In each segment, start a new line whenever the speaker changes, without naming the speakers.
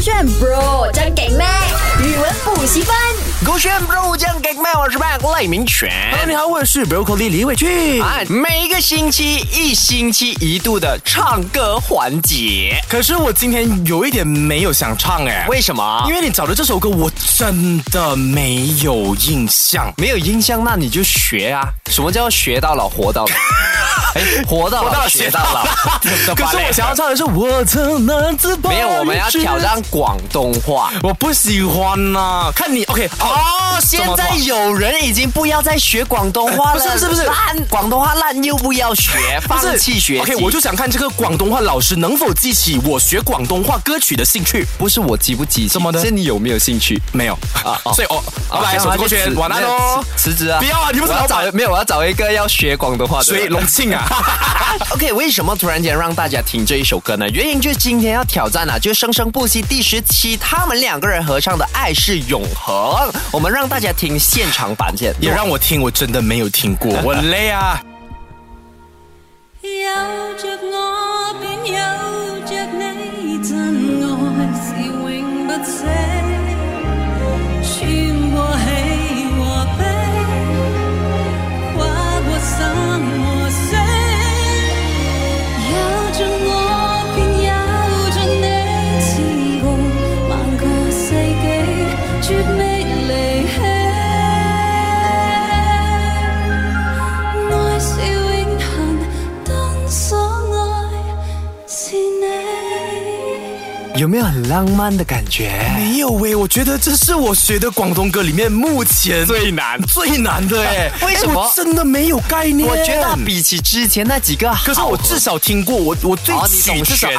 炫 Bro 真给力，语文补习班。
勾选 bro 酱给麦，我是 Mac 赖明全。
Hello，你好，我是 Broccoli 李伟俊。
啊，每个星期一星期一度的唱歌环节，
可是我今天有一点没有想唱哎，
为啊什么？
因为你找的这首歌我真的没有印象。
没有印象，那你就学啊。什么叫学到老活 到老？哎，活到
活到
老
老
学
学
到
到
老。
可是我想要唱的是我曾难自拔。
没有，我们要挑战，广东话。
我不喜欢呐、看你 OK
哦，现在
怎么说
有人已经不要再学广东 话了，
不是是不是
烂广东话烂又 不要学，
不
放
是
弃学习。
OK，我就想看这个广东话老师能否激起我学广东话歌曲的兴趣。
不是我急不急，
怎么的
是你有没有兴趣？
没有
啊哦
所以哦，
好
拜拜，手指过去，晚安喽。
辞职啊！
不要啊你不是
我要
老
找
板
没有，我要找一个要学广东话的。
所以 隆庆啊。
OK，为什么突然间让大家听这一首歌呢？原因就是今天要挑战啊，就是《生生不息》第十期，他们两个人合唱的《爱是永恒》，我们让大家听现场版先。
也让我听，我真的没有听过， 我累啊！
有着我，便有着你，真爱是永不死。穿过喜和悲，跨过生和死。有着我，便有着你，似共萬個世紀，絕未離棄。爱是永恒，当所爱是你。
有没有很浪漫的感觉？。
没有喂，我觉得这是我学的广东歌里面目前最难、最难的哎
为什么
哎我真的没有概念。
我觉得它比起之前那几个好，
可是我至少听过，我我最
哦，你
喜
懂是旋
旋
律，
律，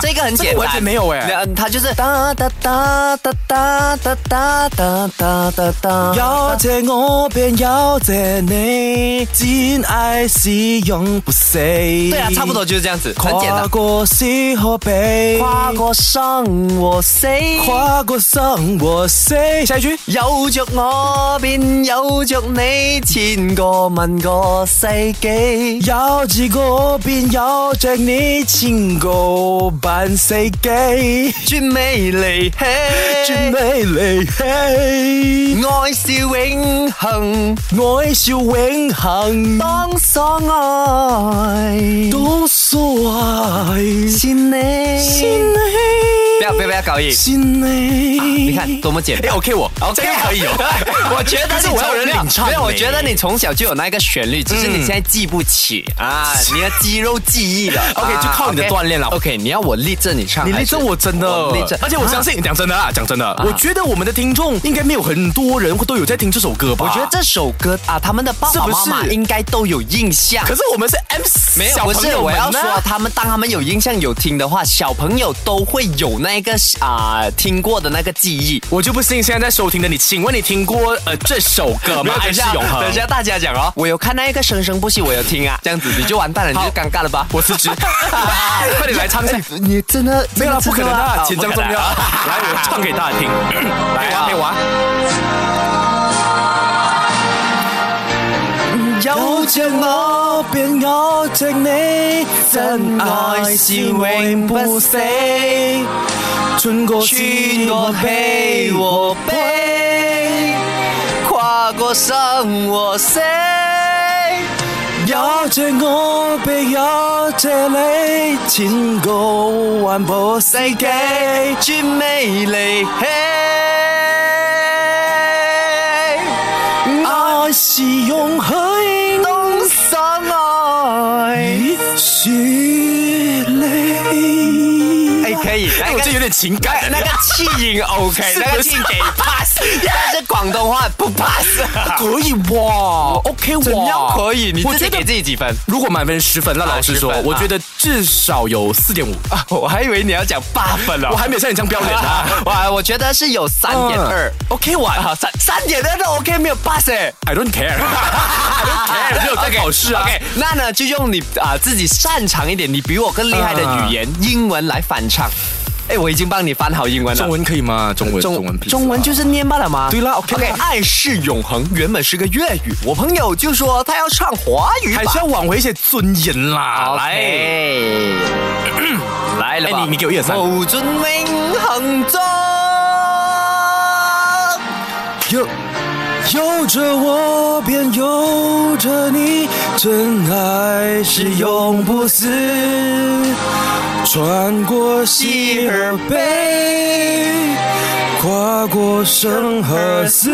这个很简
这
单，
完全没有哎。
那它就是哒哒哒哒哒哒哒哒哒哒哒。
有这我便有这你，真爱是永不死。对
对啊，差不多就是这样子，很简单
跨。过喜和悲，
跨过生和死，
跨过生和死。下一句。
有着我便有着你，千个万个世纪。
有住我便有着你，千个半世纪，
绝未离弃，
绝美离弃。
爱是永恒，
爱是永恒，
当所爱
当所爱是
是你。
你，
不要不要不要搞音，
是你。
你看多么简单。
，OK 我
哦，
这个可以有
我觉得
可是
你
我要
从
有人领唱
没有，我
呢
觉得你从小就有那个旋律，只是你现在记不起啊， 你的肌肉记忆了。
OK，
啊
就靠你的
OK
锻炼了
OK，你要我立正你唱还
你
是，
立正，我真的，
我立正，
而且我相
啊。
信，讲真的啊，讲真的，我觉得我们的听众应该没有很多人会都有在听这首歌吧？
我觉得，这首歌啊，他们的爸爸妈
是
妈
不是
应该都有印象。
可是我们是 MC
没有，
小
不
朋
是
友
我
们
要
呢
说，他们当他们有印象有听的话，小朋友都会有那个啊、听过的那个记忆。
我就不信现在在收听的你，请问你听过呃这首歌
没有？
吗爱
等一
是
下，
永恒。
等一下，大家讲哦，我有看那一个生生不息，我有听啊，这样子你就完蛋了，你就尴尬了吧？
我辞职， 快点来唱一下。
哎你真的
没有啦，不可能
啊！
的，紧张重要。来，啊我唱给大家 听。来啊，
没
没
有
完。有着我，便有着你，真爱是永不死。穿过
穿
喜
过
和
喜
悲
和
和
悲，跨过生和死。
有着我，必有着你，千个万步世纪。
绝未离弃，
爱啊是永恒，
当所爱。
是你。
哎，可以，那
我
个
这有点情感。
那个气 音 OK，
是不
那
是
个气音给 pass，但是广东话不 pass。
可以哇，OK 哦哇，
怎样可以？你
我
自
觉
己
得
给自己几分？
如果满分十分，那老实说
10，分
我
啊
觉得至少有四点五。
啊，我还以为你要讲八分了
我还没有像你这样不要脸啊！
哇，我觉得是有三点二
，OK 我
啊，三三点二都 OK，没有 pass 哎。
I don't care，I don't care，没有在考试啊。
OK，那呢就用你啊、自己擅长一点，你比我更厉害的语言、英文来翻唱。哎，我已经帮你翻好英文了。
中文可以吗？中文，中文，
中文就是念罢了吗？
对啦，OK 啦
OK，爱是永恒原本是个粤语，我朋友就说他要唱华语
还
版
是。要挽回一些尊严啦。来。
来，来了吧，
哎你你给我一二三
无尽永恒，行踪。
有有着我便有着你，真爱是永不死。穿过希尔贝，跨过圣何斯，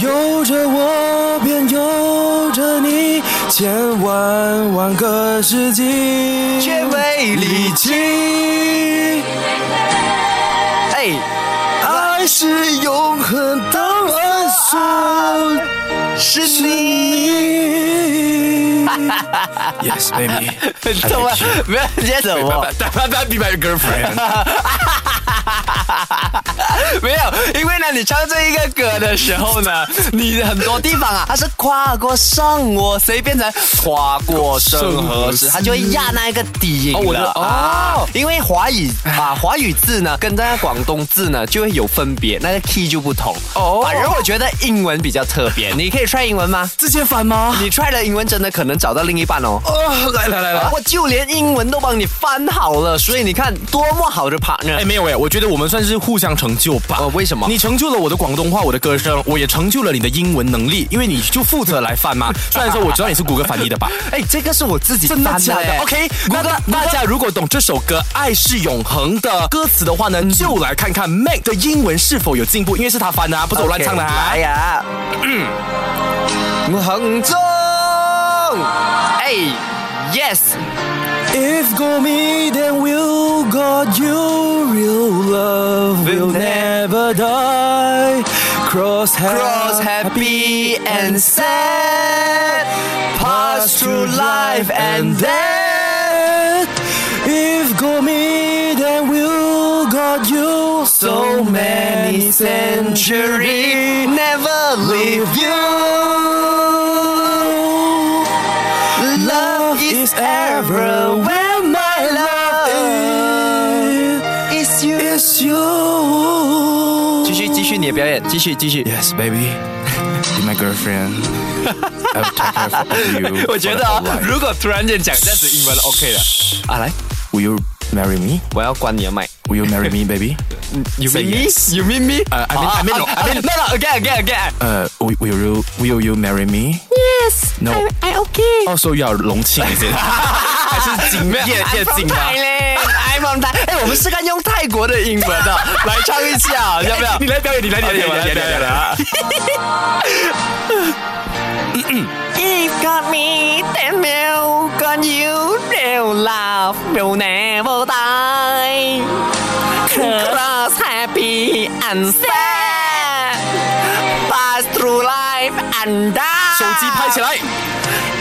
有着我便有着你，千万万个世纪，
却为
离
你
奇。
哎，
爱是永恒的暗算，
是
是你。yes, baby.
怎么哎没有人家怎么
That that be my girlfriend.
没有？因为呢，你唱这一个歌的时候呢，你很多地方啊，它是跨过上我，所以变成跨过圣和时，它就会压那一个低音
哦我知
了
道
啊。因为华语啊，华语字呢跟这个广东字呢就会有分别，那个 key 就不同。
哦
反而我觉得英文比较特别，你可以 try 英文吗？
直接翻吗？
你 try 了英文，真的可能找到另一半哦。啊
哦，来来来来。
我就连英文都帮你翻好了，所以你看多么好的 partner。
哎，没有哎，我觉得我们算是互相成就吧。
呃为什么
你成就了我的广东话，我的歌声，我也成就了你的英文能力，因为你就负责来翻 嘛。虽然说我知道你是谷歌翻译的吧。
哎，这个是我自己
真的
翻
假
的
的
哎
？OK，
谷
那
歌
大大家如果懂这首歌《爱是永恒》的歌词的话呢，就来看看 Mac 的英文是否有进步，因为是他翻的啊，不是我乱唱的啊
哎。呀，嗯，衡中，哎，yes，
If go me, then we'll got you. Real love will never die. Cross
cross
hands,
happy and sad, pass
pass
through life and death.
death. If go me, then we'll got you.
So many centuries never leave
leave you.
Love is everywhere, my love is you.
It's you.
继续继续你的表演，继续继续。
Yes, baby. Be my girlfriend. I'll take care of you.
我觉得、啊，如果突然间讲这样子英文了，OK 的。啊，来，
Will you marry me?
我要关你的麦。
Will you marry me, baby?
You
Say
mean me?
yes. Uh,
You mean me? Ah,
呃，I mean- I mean no, I mean-
no, no, again, again, again.
Uh, will, will you will you marry me?
Yes.
No.
I okay.
Oh, so you are 隆庆 is it?
还是景
没有
夜
I'm
夜
from
景吗？I'm from Thai。哎，我们试看用泰国的英文的来唱一下，要不要？
你来表演，你来表演，
OK，
我来
你来
表
表
演
演
啊！
If got me, then will got you. Real love will never die. Cross happy and sad, pass through life and die.
手机拍起来。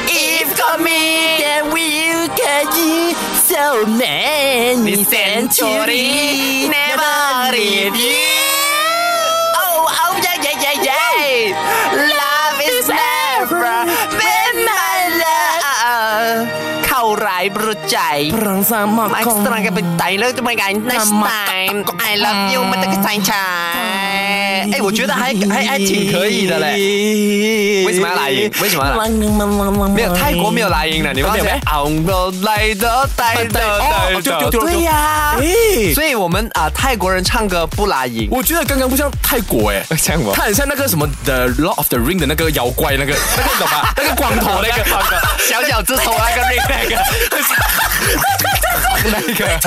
If got me, then will get you. So many centuries never leave you. Oh, oh, yeah, yeah, yeah, yeah. Love is never been my love. เข้าร้ายรู้ใจ
Perang sama
มา
kau.
สตรังกันเป็นไตเลิกทำไมกัน next time I love you มันจะกระจายชาย哎，我觉得还还还挺可以的嘞。为什么要来音？为什么要来？没有泰国没有来音的，你忘记
没
了
有咩？
昂都来的，带的，带
哦，
的
丢丢丢丢！
对呀。
哎，
所以我们啊，泰国人唱歌不拉音，
我觉得刚刚不像泰国哎，
像 我
他很像那个什么《The Lord of the Ring》的那个妖怪，那个那个什么， 那个光头那个，
小小只头那个 ring 那个。
那个，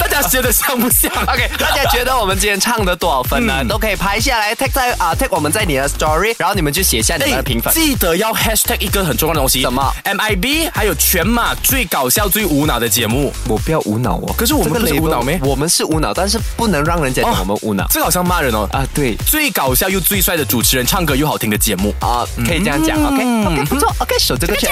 大家觉得像不像
OK，大家觉得我们今天唱的多少分呢？
嗯
都可以拍下来，take 在啊 take 我们在你的 story，然后你们就写下你们的哎评分。
哎记得要 hashtag 一个很重要的东西，
什么
？MIB，还有全马最搞笑、最无脑的节目。
我不要无脑哦，
可是我们
这个
不是
label，
无脑咩
我们是无脑，但是不能让人家懂
哦
我们无脑
这个好像骂人哦。
啊。对
最搞笑又最帅的主持人，唱歌又好听的节目。嗯
啊，可以这样讲。OK OK，不错。OK，守这个圈。